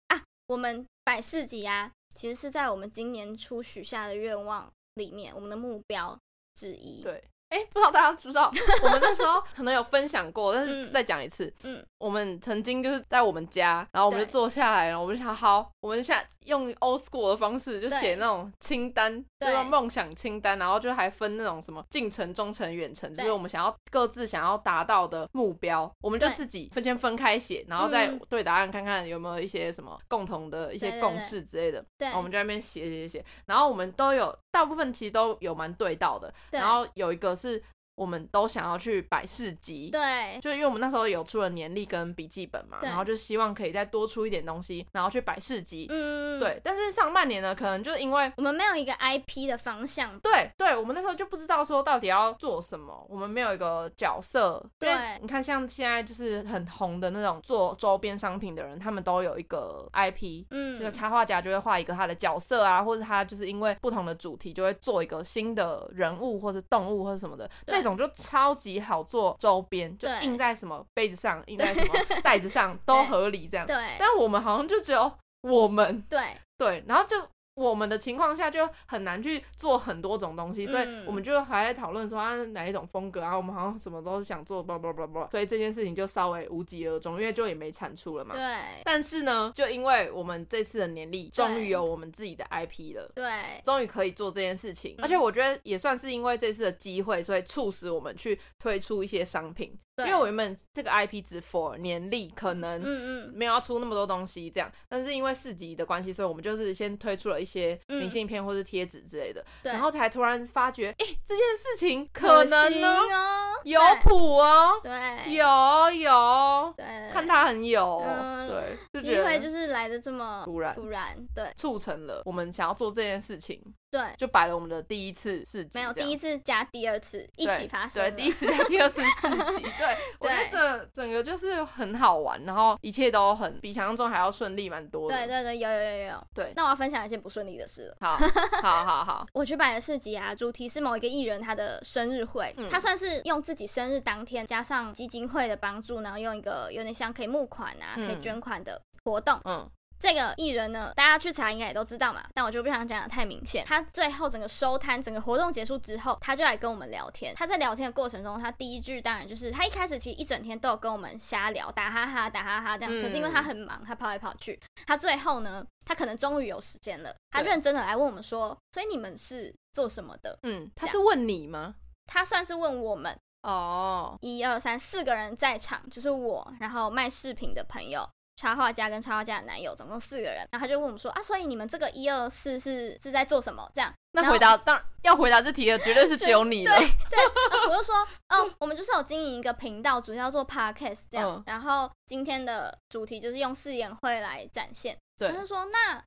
[SPEAKER 2] 啊，我们百事集啊，其实是在我们今年初许下的愿望里面，我们的目标之一。
[SPEAKER 1] 对，哎、不知道大家知不知 道，我们那时候可能有分享过，但是
[SPEAKER 2] 嗯
[SPEAKER 1] 再讲一次，
[SPEAKER 2] 嗯，
[SPEAKER 1] 我们曾经就是在我们家，然后我们就
[SPEAKER 2] 对
[SPEAKER 1] 坐下来，然后我们就想，好，我们现在用 old school 的方式，就
[SPEAKER 2] 对
[SPEAKER 1] 写那种清单，就
[SPEAKER 2] 对
[SPEAKER 1] 是梦想清单，然后就还分那种什么近程、中程、远程，就是
[SPEAKER 2] 对
[SPEAKER 1] 我们想要各自想要达到的目标，我们就
[SPEAKER 2] 对
[SPEAKER 1] 自己分先分开写，然后再
[SPEAKER 2] 嗯
[SPEAKER 1] 对答案看看有没有一些什么共同的一些
[SPEAKER 2] 对对
[SPEAKER 1] 共
[SPEAKER 2] 对
[SPEAKER 1] 识之类的。哦
[SPEAKER 2] 对，
[SPEAKER 1] 然后我们就在那边写写写，然后我们都有大部分其实都有蛮对到的，
[SPEAKER 2] 对
[SPEAKER 1] 然后有一个是我们都想要去摆市集。
[SPEAKER 2] 对
[SPEAKER 1] 就因为我们那时候有出了年历跟笔记本嘛，
[SPEAKER 2] 对
[SPEAKER 1] 然后就希望可以再多出一点东西，然后去摆市集。
[SPEAKER 2] 嗯，，
[SPEAKER 1] 对，但是上半年呢，可能就因为
[SPEAKER 2] 我们没有一个 IP 的方向。
[SPEAKER 1] 对对，我们那时候就不知道说到底要做什么，我们没有一个角色。因为
[SPEAKER 2] 对
[SPEAKER 1] 你看像现在就是很红的那种做周边商品的人，他们都有一个 IP，
[SPEAKER 2] 嗯
[SPEAKER 1] 就是，插画家就会画一个他的角色啊，或者他就是因为不同的主题就会做一个新的人物或者动物或者什么的，
[SPEAKER 2] 对
[SPEAKER 1] 那种就超级好做周边，就
[SPEAKER 2] 对
[SPEAKER 1] 印在什么杯子上、印在什么袋子 上都合理这样。
[SPEAKER 2] 对
[SPEAKER 1] 但我们好像就只有我们
[SPEAKER 2] 对
[SPEAKER 1] 对，然后就。我们的情况下就很难去做很多种东西，所以
[SPEAKER 2] 嗯
[SPEAKER 1] 我们就还在讨论说啊哪一种风格啊，我们好像什么都是想做，blah blah blah blah，所以这件事情就稍微无疾而终，因为就也没产出了嘛。
[SPEAKER 2] 对
[SPEAKER 1] 但是呢，就因为我们这次的年历，终于有我们自己的 IP 了。
[SPEAKER 2] 对
[SPEAKER 1] 终于可以做这件事情，
[SPEAKER 2] 嗯
[SPEAKER 1] 而且我觉得也算是因为这次的机会，所以促使我们去推出一些商品。因
[SPEAKER 2] 对，
[SPEAKER 1] 为我原本这个 IP 只 for 年历，可能
[SPEAKER 2] 嗯嗯
[SPEAKER 1] 没有要出那么多东西这样，但是因为市集的关系，所以我们就是先推出了一些
[SPEAKER 2] 嗯
[SPEAKER 1] 明信片或是贴纸之类的，
[SPEAKER 2] 对，
[SPEAKER 1] 然后才突然发觉，哎、这件事情可能呢
[SPEAKER 2] 可行哦
[SPEAKER 1] 有谱哦，
[SPEAKER 2] 对
[SPEAKER 1] 有有，
[SPEAKER 2] 对
[SPEAKER 1] 看他很有，哦
[SPEAKER 2] 嗯
[SPEAKER 1] 对。就
[SPEAKER 2] 机
[SPEAKER 1] 觉
[SPEAKER 2] 会
[SPEAKER 1] 得
[SPEAKER 2] 就是来的这么
[SPEAKER 1] 突然
[SPEAKER 2] 突然，对
[SPEAKER 1] 促成了我们想要做这件事情，
[SPEAKER 2] 对，
[SPEAKER 1] 就摆了我们的第一次事情，
[SPEAKER 2] 没有
[SPEAKER 1] 这样
[SPEAKER 2] 第一次加第二次一起发生
[SPEAKER 1] 对，
[SPEAKER 2] 的，
[SPEAKER 1] 对，第一 次加第二次事情，对我觉
[SPEAKER 2] 对
[SPEAKER 1] 得这整个就是很好玩，然后一切都很比想象中还要顺利蛮多的，
[SPEAKER 2] 对对对，有有有有。
[SPEAKER 1] 对
[SPEAKER 2] 那我要分享一件不顺利的事了。
[SPEAKER 1] 好，好好好，
[SPEAKER 2] 我去摆的市集啊，主题是某一个艺人他的生日会，
[SPEAKER 1] 嗯
[SPEAKER 2] 他算是用自己生日当天加上基金会的帮助，然后用一个有点像可以募款啊，可以
[SPEAKER 1] 嗯
[SPEAKER 2] 捐款的活动。
[SPEAKER 1] 嗯，
[SPEAKER 2] 这个艺人呢，大家去查应该也都知道嘛，但我就不想讲的太明显。他最后整个收摊，整个活动结束之后，他就来跟我们聊天。他在聊天的过程中，他第一句当然就是他一开始其实一整天都有跟我们瞎聊，打哈哈，打哈哈这样。
[SPEAKER 1] 嗯
[SPEAKER 2] 可是因为他很忙，他跑来跑去。他最后呢，他可能终于有时间了，他
[SPEAKER 1] 对
[SPEAKER 2] 认真的来问我们说，所以你们是做什么的？
[SPEAKER 1] 嗯，他
[SPEAKER 2] 这样
[SPEAKER 1] 是问你吗？
[SPEAKER 2] 他算是问我们
[SPEAKER 1] 哦，
[SPEAKER 2] 一二三四个人在场，就是我，然后卖饰品的朋友。插画家跟插画家的男友，总共四个人。然后他就问我们说啊，所以你们这个一二四是是在做什么？这样，
[SPEAKER 1] 那
[SPEAKER 2] 然后
[SPEAKER 1] 回答当然要回答这题的绝对是只有你了，
[SPEAKER 2] 呃我就说哦，我们就是有经营一个频道，主要做 podcast 这样。
[SPEAKER 1] 嗯
[SPEAKER 2] 然后今天的主题就是用四眼会来展现。
[SPEAKER 1] 对
[SPEAKER 2] 他就说那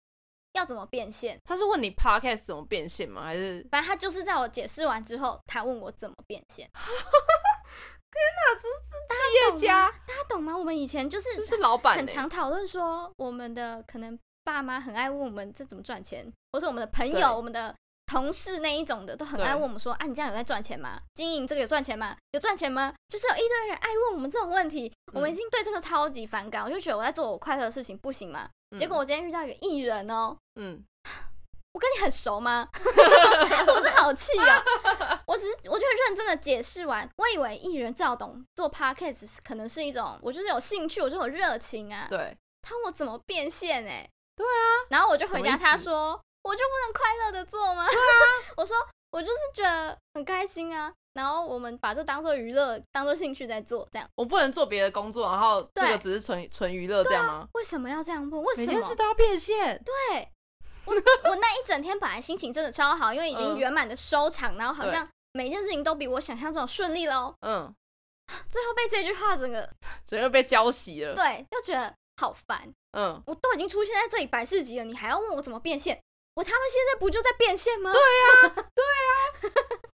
[SPEAKER 2] 要怎么变现？
[SPEAKER 1] 他是问你 podcast 怎么变现吗？还是
[SPEAKER 2] 反正他就是在我解释完之后，他问我怎么变 现。
[SPEAKER 1] 企业家？
[SPEAKER 2] 大家懂吗？我们以前就是
[SPEAKER 1] 这是老板、
[SPEAKER 2] 嗯很
[SPEAKER 1] 欸，
[SPEAKER 2] 常讨论说，我们的可能爸妈很爱问我们这怎么赚钱，或者我们的朋
[SPEAKER 1] 对
[SPEAKER 2] 友、我们的同事那一种的，都很爱
[SPEAKER 1] 对
[SPEAKER 2] 问我们说啊，你这样有在赚钱吗？经营这个有赚钱吗？有赚钱吗？就是有一堆人爱问我们这种问题，我们已
[SPEAKER 1] 嗯
[SPEAKER 2] 经对这个超级反感，我就觉得我在做我快乐的事情不行吗？结果我今天遇到一个艺人哦。
[SPEAKER 1] 嗯，
[SPEAKER 2] 我跟你很熟吗？ 我是好气哦！ 我只是我就认真的解释完，我以为艺人赵董做 podcast 是可能是一种，我就是有兴趣，我就有热情啊
[SPEAKER 1] 嗯，。对，
[SPEAKER 2] 他问我怎么变现哎、对啊，然后我就回答他说，我就不能快乐的做吗？对啊， 我说我就是觉得很开心啊，然后我们把这当做娱乐，当做兴趣在做，这样
[SPEAKER 1] 我不能做别的工作，然后这
[SPEAKER 2] 对
[SPEAKER 1] 个只是纯纯娱乐这样吗？
[SPEAKER 2] 为什么要这样问？为
[SPEAKER 1] 每
[SPEAKER 2] 什
[SPEAKER 1] 件事
[SPEAKER 2] 么？
[SPEAKER 1] 都要变现，
[SPEAKER 2] 对，我我那一整天本来心情真的超好，因为已经
[SPEAKER 1] 嗯
[SPEAKER 2] 圆满的收场，然后好像每件事情都比我想象中顺利喽，
[SPEAKER 1] 嗯，
[SPEAKER 2] 最后被这句话整个
[SPEAKER 1] 整个被浇熄了，
[SPEAKER 2] 对，又觉得好烦，
[SPEAKER 1] 嗯，
[SPEAKER 2] 我都已经出现在这里百事集了，你还要问我怎么变现？我他们现在不就在变现吗？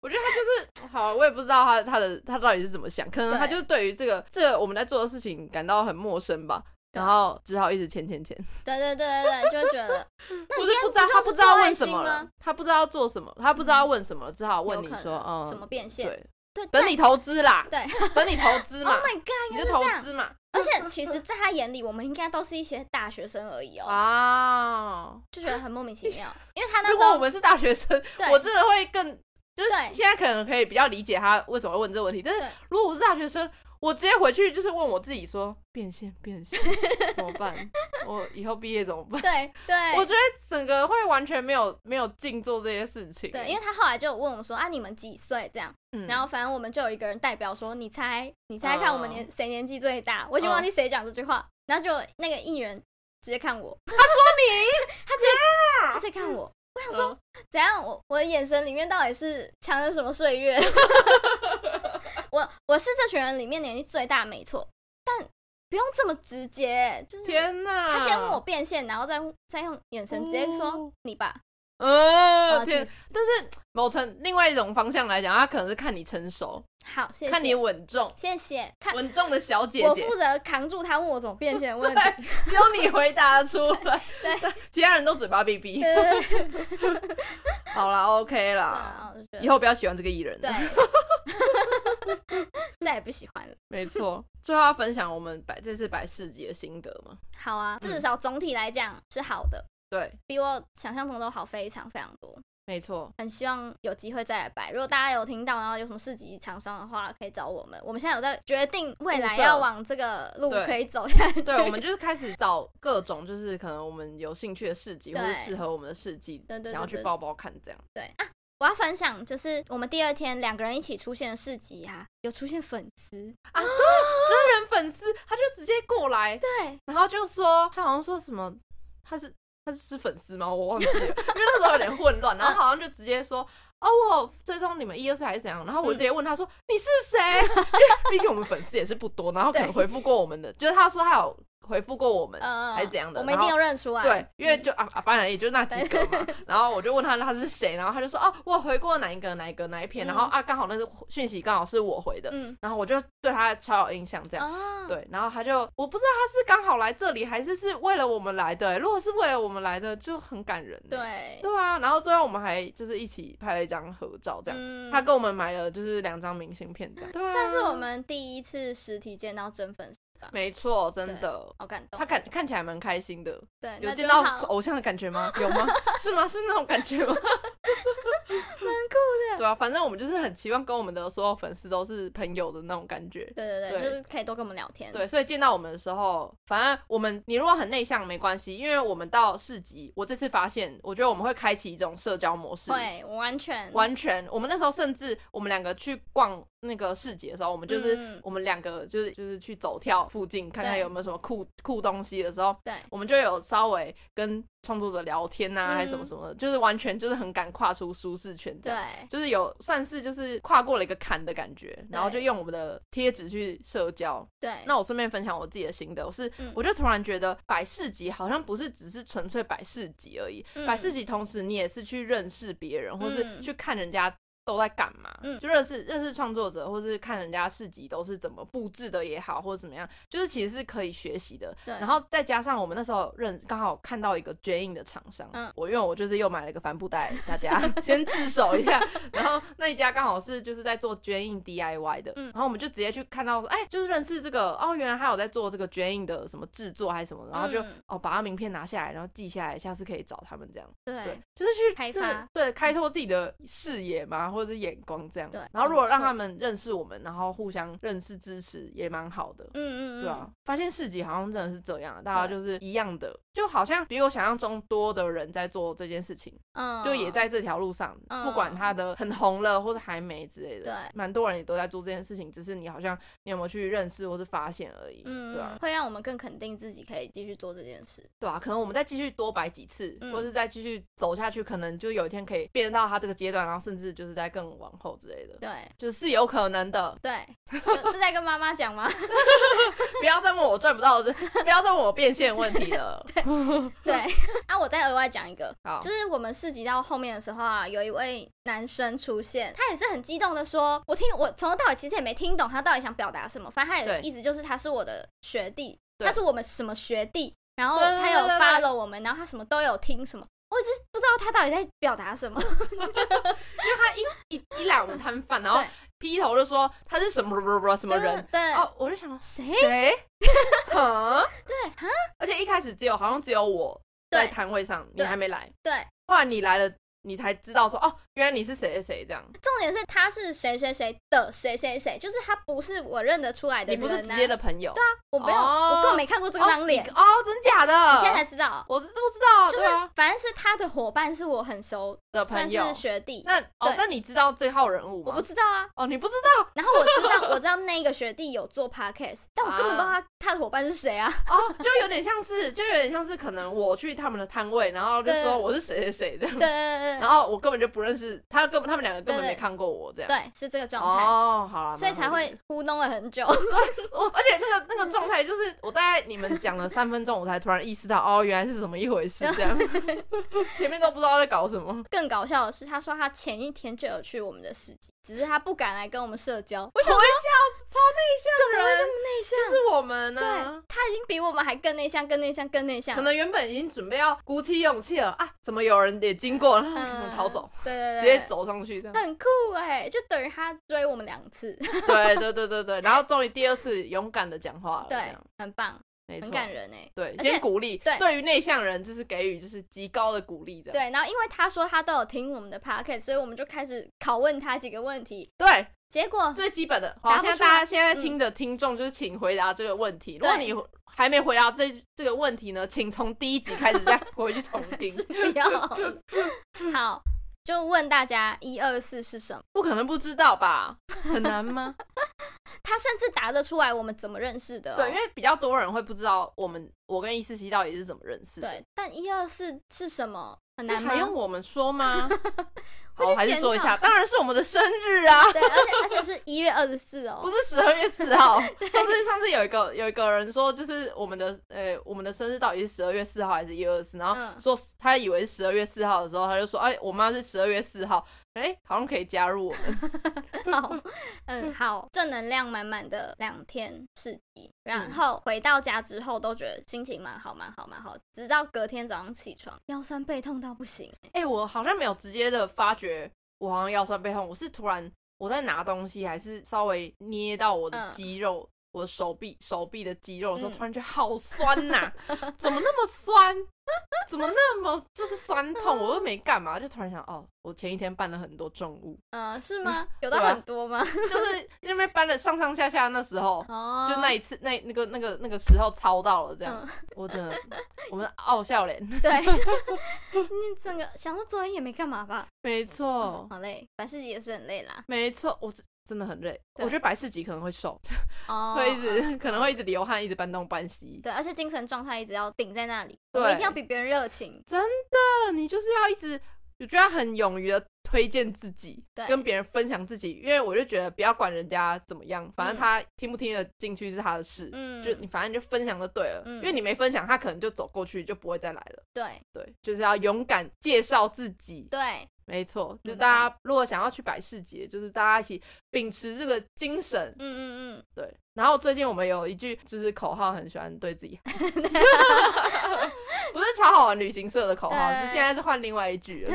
[SPEAKER 1] 我觉得他就是好，我也不知道他他的他到底是怎么想，可能
[SPEAKER 2] 对
[SPEAKER 1] 他就是对于这个这个我们在做的事情感到很陌生吧，
[SPEAKER 2] 对
[SPEAKER 1] 然后只好一直潜潜潜，
[SPEAKER 2] 对对对对对，就会觉得 那
[SPEAKER 1] 不
[SPEAKER 2] 你
[SPEAKER 1] 是
[SPEAKER 2] 今天
[SPEAKER 1] 不知道
[SPEAKER 2] 就
[SPEAKER 1] 他
[SPEAKER 2] 是
[SPEAKER 1] 不知道
[SPEAKER 2] 做爱
[SPEAKER 1] 问什
[SPEAKER 2] 心
[SPEAKER 1] 么了嗯
[SPEAKER 2] 吗，，嗯
[SPEAKER 1] 他不知道做什么，他不知道问什么，只好问
[SPEAKER 2] 有
[SPEAKER 1] 你
[SPEAKER 2] 可
[SPEAKER 1] 说，
[SPEAKER 2] 能
[SPEAKER 1] 嗯，
[SPEAKER 2] 怎么变现？
[SPEAKER 1] 对，
[SPEAKER 2] 对，
[SPEAKER 1] 等
[SPEAKER 2] 在
[SPEAKER 1] 你投资啦，
[SPEAKER 2] 对
[SPEAKER 1] 等你投资
[SPEAKER 2] Oh
[SPEAKER 1] 嘛，
[SPEAKER 2] my God，
[SPEAKER 1] 你
[SPEAKER 2] 应该
[SPEAKER 1] 就是投
[SPEAKER 2] 这样。
[SPEAKER 1] 资嘛，
[SPEAKER 2] 而且其实，在他眼里，我们应该都是一些大学生而已哦，
[SPEAKER 1] 啊。
[SPEAKER 2] 就觉得很莫名其妙。因为他那
[SPEAKER 1] 如
[SPEAKER 2] 时
[SPEAKER 1] 果我
[SPEAKER 2] 候
[SPEAKER 1] 们是大学生，
[SPEAKER 2] 对
[SPEAKER 1] 我真的会更，就是
[SPEAKER 2] 对
[SPEAKER 1] 现在可能可以比较理解他为什么会问这个问题。但是
[SPEAKER 2] 对
[SPEAKER 1] 如果我是大学生，我直接回去就是问我自己说，变现变 现怎么办？我以后毕业怎么办？
[SPEAKER 2] 对
[SPEAKER 1] 我
[SPEAKER 2] 对
[SPEAKER 1] 觉得整个会完全没有没有尽做这些事情。
[SPEAKER 2] 对，因为他后来就问我说啊，你们几岁这样？
[SPEAKER 1] 嗯
[SPEAKER 2] 然后反正我们就有一个人代表说，你猜你猜看我们
[SPEAKER 1] 嗯
[SPEAKER 2] 年谁年纪最大？我已经忘记谁讲这句
[SPEAKER 1] 哦
[SPEAKER 2] 话，然后就那个艺人直接看我，他
[SPEAKER 1] 啊
[SPEAKER 2] 说你，他直接他直接看我，我想说
[SPEAKER 1] 嗯
[SPEAKER 2] 怎样？我我的眼神里面到底是藏着什么岁月？ 我我是这群人里面年纪最大，没错，但不用这么直接，就是
[SPEAKER 1] 天哪，
[SPEAKER 2] 他先问我变现，然后再再用眼神直接说
[SPEAKER 1] 哦
[SPEAKER 2] 你吧，
[SPEAKER 1] 呃，
[SPEAKER 2] 哦，
[SPEAKER 1] 天
[SPEAKER 2] 气，死
[SPEAKER 1] 但是某层另外一种方向来讲，他可能是看你成熟，
[SPEAKER 2] 好，谢
[SPEAKER 1] 看你
[SPEAKER 2] 谢，
[SPEAKER 1] 稳重，
[SPEAKER 2] 谢谢，看
[SPEAKER 1] 稳重的小姐
[SPEAKER 2] 我
[SPEAKER 1] 姐，
[SPEAKER 2] 负责扛住他问我怎么变现的问题，
[SPEAKER 1] 对，只有你回答得出来，
[SPEAKER 2] 对
[SPEAKER 1] 其他人都嘴巴闭 闭。
[SPEAKER 2] 对对对对
[SPEAKER 1] 好啦 o k
[SPEAKER 2] 然
[SPEAKER 1] 啦，
[SPEAKER 2] 后我就觉
[SPEAKER 1] 以
[SPEAKER 2] 得
[SPEAKER 1] 后不要喜欢这个艺人了。
[SPEAKER 2] 啊对， 再也不喜欢了。
[SPEAKER 1] 没错。最后要分享我们摆这次摆市集的心得嘛？
[SPEAKER 2] 好啊，
[SPEAKER 1] 嗯
[SPEAKER 2] 至少总体来讲是好的，
[SPEAKER 1] 对，
[SPEAKER 2] 比我想象中都好非常非常多。
[SPEAKER 1] 没错。
[SPEAKER 2] 很希望有机会再来摆。如果大家有听到，然后有什么市集厂商的话，可以找我们。我们现在有在决定未来
[SPEAKER 1] 物色
[SPEAKER 2] 要往这个路
[SPEAKER 1] 对
[SPEAKER 2] 可以走下去。
[SPEAKER 1] 对， 我们就是开始找各种，就是可能我们有兴趣的市集，或
[SPEAKER 2] 对
[SPEAKER 1] 者适合我们的市集，
[SPEAKER 2] 对对对
[SPEAKER 1] 想要去包包看这样。
[SPEAKER 2] 对啊，我要分享就是我们第二天两个人一起出现的市集啊，有出现粉丝，
[SPEAKER 1] 啊，对，真人粉丝他就直接过来，
[SPEAKER 2] 对
[SPEAKER 1] 然后就说他好像说什么，他是他是粉丝吗？我忘记了，因为那时候有点混乱，然后好像就直接说。哦，我追踪你们一二四还是怎样？然后我就直
[SPEAKER 2] 嗯
[SPEAKER 1] 接问他说：“ 你是谁？”因为毕竟我们粉丝也是不多，然后可能
[SPEAKER 2] 对
[SPEAKER 1] 回复过我们的，就是他说他有回复过我们，
[SPEAKER 2] 嗯，
[SPEAKER 1] 还是怎样的
[SPEAKER 2] 我们一定
[SPEAKER 1] 然后
[SPEAKER 2] 要认出来。
[SPEAKER 1] 对，因为就啊啊，反正也就那几个嘛。然后我就问他他是谁，然后他就说哦，我有回过哪一个哪一个哪一篇，然后
[SPEAKER 2] 嗯
[SPEAKER 1] 啊刚好那个讯息刚好是我回的，
[SPEAKER 2] 嗯，
[SPEAKER 1] 然后我就对他超有印象这样。
[SPEAKER 2] 哦，
[SPEAKER 1] 对，然后他就我不知道他是刚好来这里，还是是为了我们来的、欸如果是为了我们来的，就很感人、欸。
[SPEAKER 2] 对，
[SPEAKER 1] 对啊，然后最后我们还就是一起拍了一张合照，这样。
[SPEAKER 2] 嗯
[SPEAKER 1] 他跟我们买了就是两张明信片，这样。对啊、
[SPEAKER 2] 算是我们第一次实体见到真粉丝，
[SPEAKER 1] 没错，真的。
[SPEAKER 2] 好感动。
[SPEAKER 1] 他看看起来蛮开心的，
[SPEAKER 2] 对，
[SPEAKER 1] 有
[SPEAKER 2] 那
[SPEAKER 1] 见
[SPEAKER 2] 就
[SPEAKER 1] 到
[SPEAKER 2] 好
[SPEAKER 1] 偶像的感觉吗？有吗？ 是吗？是那种感 觉吗？对啊，反正我们就是很期望跟我们的所有粉丝都是朋友的那种感觉。
[SPEAKER 2] 对对
[SPEAKER 1] 对
[SPEAKER 2] 对，就是可以多跟我们聊天。
[SPEAKER 1] 对，所以见到我们的时候，反正我们你如果很内向没关系，因为我们到市集，我这次发现，我觉得我们会开启一种社交模式。
[SPEAKER 2] 会，我完全
[SPEAKER 1] 完全，我们那时候甚至我们两个去逛那个市集的时候，我们就是、
[SPEAKER 2] 嗯
[SPEAKER 1] 我们两个就是就是去走跳附近看看
[SPEAKER 2] 对
[SPEAKER 1] 有没有什么酷酷东西的时候，
[SPEAKER 2] 对
[SPEAKER 1] 我们就有稍微跟创作者聊天啊，
[SPEAKER 2] 嗯
[SPEAKER 1] 还是什么什么的，就是完全就是很敢跨出舒适圈这
[SPEAKER 2] 对
[SPEAKER 1] 样。就是有算是就是跨过了一个坎的感觉，然后就用我们的贴纸去社交，
[SPEAKER 2] 对，
[SPEAKER 1] 那我顺便分享我自己的心得，我是、
[SPEAKER 2] 嗯
[SPEAKER 1] 我就突然觉得摆市集好像不是只是纯粹摆市集而已，
[SPEAKER 2] 嗯
[SPEAKER 1] 摆市集同时你也是去认识别人，或是
[SPEAKER 2] 嗯
[SPEAKER 1] 去看人家。都在干嘛？
[SPEAKER 2] 嗯
[SPEAKER 1] 就认识认识创作者，或是看人家市集都是怎么布置的也好，或者怎么样，就是其实是可以学习的。
[SPEAKER 2] 对
[SPEAKER 1] 然后再加上我们那时候认刚好看到一个绝印的厂商，
[SPEAKER 2] 嗯
[SPEAKER 1] 我因为我就是又买了一个帆布袋，大 家先自首一下。然后那一家刚好是就是在做捐印 DIY 的，
[SPEAKER 2] 嗯
[SPEAKER 1] 然后我们就直接去看到说，哎、就是认识这个哦，原来他有在做这个捐印的什么制作还是什么的，然后就、
[SPEAKER 2] 嗯
[SPEAKER 1] 哦把他名片拿下来，然后记下来，下次可以找他们这样。
[SPEAKER 2] 对，
[SPEAKER 1] 就是去
[SPEAKER 2] 开
[SPEAKER 1] 真的
[SPEAKER 2] 发嗯
[SPEAKER 1] 对开拓自己的视野嘛，或者是眼光这样。
[SPEAKER 2] 对
[SPEAKER 1] 然后如果
[SPEAKER 2] 没错
[SPEAKER 1] 让他们认识我们，然后互相认识支持，也蛮好的。
[SPEAKER 2] 嗯嗯嗯，
[SPEAKER 1] 对啊，发现市集好像真的是这样，大家就是一样的，就好像比我想象中多的人在做这件事情，
[SPEAKER 2] 嗯，
[SPEAKER 1] 就也在这条路上，
[SPEAKER 2] 嗯
[SPEAKER 1] 不管他的很红了或者还没之类的，
[SPEAKER 2] 对
[SPEAKER 1] 蛮多人也都在做这件事情，只是你好像你有没有去认识或是发现而已，
[SPEAKER 2] 嗯，
[SPEAKER 1] 对
[SPEAKER 2] 嗯
[SPEAKER 1] 啊，
[SPEAKER 2] 会让我们更肯定自己可以继续做这件事。
[SPEAKER 1] 对啊，可能我们再继续多摆几次，
[SPEAKER 2] 嗯
[SPEAKER 1] 或是再继续走下去，可能就有一天可以变到他这个阶段，然后甚至就是在更往后之类的。
[SPEAKER 2] 对
[SPEAKER 1] 就是有可能的，
[SPEAKER 2] 对， 有是在跟妈妈讲吗？
[SPEAKER 1] 不要再问我赚不到的， 不要再问我变现问题了。
[SPEAKER 2] 对，那我再额外讲一个，
[SPEAKER 1] 好
[SPEAKER 2] 就，是我们市集到后面的时候啊，有一位男生出现，他也是很激动的说：“我听我从头到尾其实也没听懂他到底想表达什么，反正他
[SPEAKER 1] 对
[SPEAKER 2] 的意思就是他是我的学弟，
[SPEAKER 1] 对
[SPEAKER 2] 他是我们什么学弟，然后
[SPEAKER 1] 对对对
[SPEAKER 2] 他
[SPEAKER 1] 对
[SPEAKER 2] 有
[SPEAKER 1] 对
[SPEAKER 2] follow 我们，然后他什么都有听什么。”我只是不知道他到底在表达什么，
[SPEAKER 1] 一一来我们摊贩，然后
[SPEAKER 2] 嗯对
[SPEAKER 1] 劈头就说他是什么什么什么什么人，
[SPEAKER 2] 对对
[SPEAKER 1] 哦，我就想
[SPEAKER 2] 谁
[SPEAKER 1] 谁，哈，
[SPEAKER 2] 对哈
[SPEAKER 1] 而且一开始只有好像只有我在
[SPEAKER 2] 对
[SPEAKER 1] 摊位上，你
[SPEAKER 2] 对
[SPEAKER 1] 还没来，
[SPEAKER 2] 对，
[SPEAKER 1] 后来你来了，你才知道说哦，原来你是谁谁谁这样，
[SPEAKER 2] 重点是他是谁谁谁的谁谁谁，就是他不是我认得出来的
[SPEAKER 1] 你
[SPEAKER 2] 人、啊，
[SPEAKER 1] 不是直接的朋友，对啊，
[SPEAKER 2] 我没有，
[SPEAKER 1] 哦
[SPEAKER 2] 我根本没看过这张脸，
[SPEAKER 1] 哦，你哦真假的，
[SPEAKER 2] 你现在才知道，
[SPEAKER 1] 我是不知道，
[SPEAKER 2] 就是
[SPEAKER 1] 对啊
[SPEAKER 2] 反正是他的伙伴是我很熟，
[SPEAKER 1] 的
[SPEAKER 2] 算
[SPEAKER 1] 朋友
[SPEAKER 2] 是。学弟，
[SPEAKER 1] 那哦
[SPEAKER 2] 对，
[SPEAKER 1] 那你知道这号人物
[SPEAKER 2] 我
[SPEAKER 1] 吗？
[SPEAKER 2] 不知道啊。
[SPEAKER 1] 哦，你不知 道
[SPEAKER 2] 然后我知 道，我知道那个学弟有做 podcast，但
[SPEAKER 1] 啊
[SPEAKER 2] 我根本不知道他、他的伙伴是 谁啊。
[SPEAKER 1] 哦，就有点像是，就有点像是可能我去他们的摊位，然后就
[SPEAKER 2] 对
[SPEAKER 1] 说我是谁谁谁这
[SPEAKER 2] 对
[SPEAKER 1] 样，
[SPEAKER 2] 对对对
[SPEAKER 1] 然后我根本就不认识他，根本他们两个根本
[SPEAKER 2] 对
[SPEAKER 1] 没
[SPEAKER 2] 对
[SPEAKER 1] 看过我这
[SPEAKER 2] 对
[SPEAKER 1] 样。
[SPEAKER 2] 对，是这个状态。
[SPEAKER 1] 哦，好了，
[SPEAKER 2] 所以才
[SPEAKER 1] 蛮合理
[SPEAKER 2] 会
[SPEAKER 1] 的
[SPEAKER 2] 糊弄了很久，
[SPEAKER 1] 我，哦而且那个那个状态就是，我大概你们讲了三分钟，我才突然意识到，哦，原来是怎么一回事，这样， 前面都不知道在搞什么。
[SPEAKER 2] 更搞笑的是，他说他前一天就有去我们的市集，只是他不敢来跟我们社交。
[SPEAKER 1] 我想说，内
[SPEAKER 2] 怎么会这
[SPEAKER 1] 向
[SPEAKER 2] 么
[SPEAKER 1] 人
[SPEAKER 2] 内向？
[SPEAKER 1] 就是我们呢、
[SPEAKER 2] 对，他已经比我们还更内向，更内向，更内向。
[SPEAKER 1] 可能原本已经准备要鼓起勇气了啊，怎么有人也经过，然后可能
[SPEAKER 2] 嗯
[SPEAKER 1] 逃走，，
[SPEAKER 2] 对对
[SPEAKER 1] 直
[SPEAKER 2] 对，
[SPEAKER 1] 接。走上去这 样。
[SPEAKER 2] 很酷哎、就等于他追我们两次，
[SPEAKER 1] 对对对对对，然后终于第二次勇敢的讲话了，这
[SPEAKER 2] 对
[SPEAKER 1] 样，
[SPEAKER 2] 很棒，
[SPEAKER 1] 没
[SPEAKER 2] 很
[SPEAKER 1] 错，
[SPEAKER 2] 感人哎、
[SPEAKER 1] 对，
[SPEAKER 2] 而且
[SPEAKER 1] 先鼓励，
[SPEAKER 2] 对
[SPEAKER 1] 对于内向人就是给予就是极高的鼓励，这样。
[SPEAKER 2] 对，然后因为他说他都有听我们的 podcast，所以我们就开始拷问他几个问题。
[SPEAKER 1] 对，
[SPEAKER 2] 结果
[SPEAKER 1] 最基本的。
[SPEAKER 2] 答
[SPEAKER 1] 好，
[SPEAKER 2] 不
[SPEAKER 1] 现在
[SPEAKER 2] 出
[SPEAKER 1] 大
[SPEAKER 2] 来嗯
[SPEAKER 1] 家现在听的听众就是，请回答这个问题。如果
[SPEAKER 2] 对
[SPEAKER 1] 你还没回答这这个问题呢，请从第一集开始再 回去重听。
[SPEAKER 2] 是不要好，就问大家一二四是什么？
[SPEAKER 1] 不可能不知道吧？很难吗？
[SPEAKER 2] 他甚至答得出来我们怎么认识的哦、
[SPEAKER 1] 对，因为比较多人会不知道我们我跟一四七到底是怎么认识的。
[SPEAKER 2] 对，但一二四是什么？很
[SPEAKER 1] 这
[SPEAKER 2] 难吗
[SPEAKER 1] 还？用我们说 吗？好，
[SPEAKER 2] 去
[SPEAKER 1] 我还是
[SPEAKER 2] 检
[SPEAKER 1] 说一
[SPEAKER 2] 讨
[SPEAKER 1] 下，当然是我们的生日啊。
[SPEAKER 2] 对，而且而且是一月二十四哦，
[SPEAKER 1] 不是十二月四 号，上次上次有一个有一个人说，就是我们的呃、我们的生日到底是十二月四号还是一月二十？然后
[SPEAKER 2] 嗯
[SPEAKER 1] 说他以为十二月四号的时候，他就说，哎、我妈是十二月四号，哎、好像可以加入我们。
[SPEAKER 2] 好，嗯，好，正能量满满的两天四集，
[SPEAKER 1] 嗯
[SPEAKER 2] 然后回到家之后都觉得心情蛮好，蛮好，蛮好，直到隔天早上起床，腰酸背痛到不行、欸，
[SPEAKER 1] 哎、我好像没有直接的发觉我好像腰酸背痛，我是突然我在拿东西，还是稍微捏到我的
[SPEAKER 2] 嗯
[SPEAKER 1] 肌肉。我的手臂手臂的肌肉的时候，
[SPEAKER 2] 嗯
[SPEAKER 1] 突然觉得好酸呐、怎么那么酸？怎么那么就是酸痛？我又没干嘛，就突然想，哦，我前一天搬了很多重物，
[SPEAKER 2] 呃，是吗？有到
[SPEAKER 1] 对啊
[SPEAKER 2] 很多吗？
[SPEAKER 1] 就是因为搬了上上下下那时候，
[SPEAKER 2] 哦，
[SPEAKER 1] 就 那一次那那个那个那个时候操到了这样，
[SPEAKER 2] 嗯
[SPEAKER 1] 我真的我们傲笑脸，
[SPEAKER 2] 对， 你整个想说昨天也没干嘛吧？
[SPEAKER 1] 没错
[SPEAKER 2] 好累，白世杰也是很累啦。
[SPEAKER 1] 没错，我真真的很累，我
[SPEAKER 2] 对
[SPEAKER 1] 觉得白世吉可能会 瘦，
[SPEAKER 2] 哦，
[SPEAKER 1] 会一直可能会一直流汗，一直搬东搬西。
[SPEAKER 2] 对，而且精神状态一直要顶在那里，我
[SPEAKER 1] 对
[SPEAKER 2] 们一定要比别人热情。
[SPEAKER 1] 那你就是要一直，我觉得很勇于的推荐自己
[SPEAKER 2] 对，
[SPEAKER 1] 跟别人分享自己，因为我就觉得不要管人家怎么样，反正
[SPEAKER 2] 嗯
[SPEAKER 1] 他听不听得进去是他的事。
[SPEAKER 2] 嗯，
[SPEAKER 1] 就你反正你就分享就对了，
[SPEAKER 2] 嗯
[SPEAKER 1] 因为你没分享，他可能就走过去就不会再来了。
[SPEAKER 2] 对
[SPEAKER 1] 对，就是要勇敢介绍自己。
[SPEAKER 2] 对，
[SPEAKER 1] 没错，就是
[SPEAKER 2] 嗯
[SPEAKER 1] 大家如果想要去百事节，就是大家一起秉持这个精神。
[SPEAKER 2] 嗯嗯嗯，
[SPEAKER 1] 对，然后最近我们有一句就是口号，很喜欢对自己， 不是超好玩旅行社的口号，
[SPEAKER 2] 对
[SPEAKER 1] 是现在是换另外一句 了。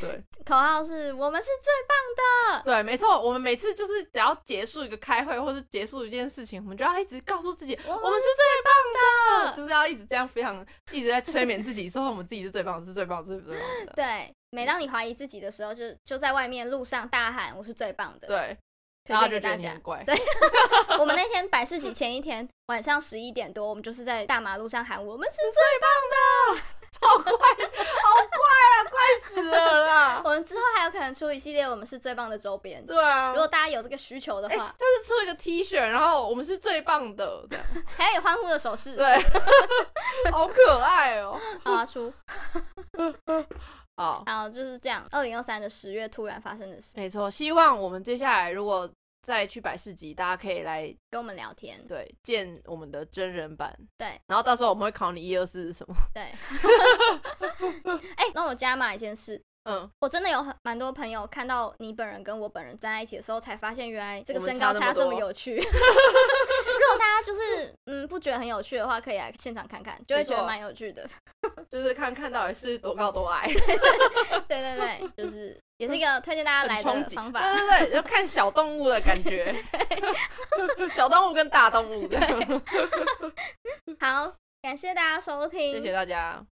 [SPEAKER 1] 对
[SPEAKER 2] 口号是我们是最嗯
[SPEAKER 1] 对，没错，我们每次就是只要结束一个开会或是结束一件事情，我们就要一直告诉自己，
[SPEAKER 2] 我
[SPEAKER 1] 我们是最棒的，就是要一直这样，非常一直在催眠自己，说我们自己是最棒，是最棒，是最棒的。
[SPEAKER 2] 对。每当你怀疑自己的时候，就就在外面路上大喊“我是最棒的”，
[SPEAKER 1] 对，
[SPEAKER 2] 推
[SPEAKER 1] 然后
[SPEAKER 2] 荐
[SPEAKER 1] 就觉得
[SPEAKER 2] 给大
[SPEAKER 1] 你
[SPEAKER 2] 家
[SPEAKER 1] 很。 乖。
[SPEAKER 2] 我们那天百事集前一天晚上十一点多，我们就是在大马路上喊“我们是
[SPEAKER 1] 死了
[SPEAKER 2] 最”，
[SPEAKER 1] 啦！
[SPEAKER 2] 我们之后还有可能出一系列“我们是最棒的”周边。
[SPEAKER 1] 对啊
[SPEAKER 2] 如，果大哎家有这个需求的
[SPEAKER 1] 哎、
[SPEAKER 2] 话，
[SPEAKER 1] 他是出一个 T 恤，然后我们是最棒的，这样
[SPEAKER 2] 还有欢呼的手势，
[SPEAKER 1] 哎 对，好可爱哦、
[SPEAKER 2] 好啊，出。
[SPEAKER 1] 好，
[SPEAKER 2] 然后就是这样，二零二三的十月突然发生的事，
[SPEAKER 1] 没错，希望我们接下来如果再去百事集，大家可以来
[SPEAKER 2] 跟我们聊天，
[SPEAKER 1] 对见我们的真人版，
[SPEAKER 2] 对，
[SPEAKER 1] 然后到时候我们会考你一二四是什么，
[SPEAKER 2] 对。 哎、那我加码一件事，
[SPEAKER 1] 嗯，
[SPEAKER 2] 我真的有很蛮多朋友看到你本人跟我本人站在一起的时候，才发现原来这个
[SPEAKER 1] 我们
[SPEAKER 2] 身高
[SPEAKER 1] 差
[SPEAKER 2] 差
[SPEAKER 1] 那么多
[SPEAKER 2] 这么有趣。 如果大家就是嗯不觉得很有趣的话，可以来现场看看，就会觉
[SPEAKER 1] 没
[SPEAKER 2] 得
[SPEAKER 1] 错
[SPEAKER 2] 蛮 有趣的。
[SPEAKER 1] 就是看看到底是多高多 矮，
[SPEAKER 2] 对对对，就是也是一个推荐大家来
[SPEAKER 1] 很冲
[SPEAKER 2] 的
[SPEAKER 1] 击，
[SPEAKER 2] 方
[SPEAKER 1] 对
[SPEAKER 2] 法。
[SPEAKER 1] 对对，就看小动物的感 觉， 小动物跟大动物这样，
[SPEAKER 2] 好，感谢大家收 听，
[SPEAKER 1] 谢谢大家，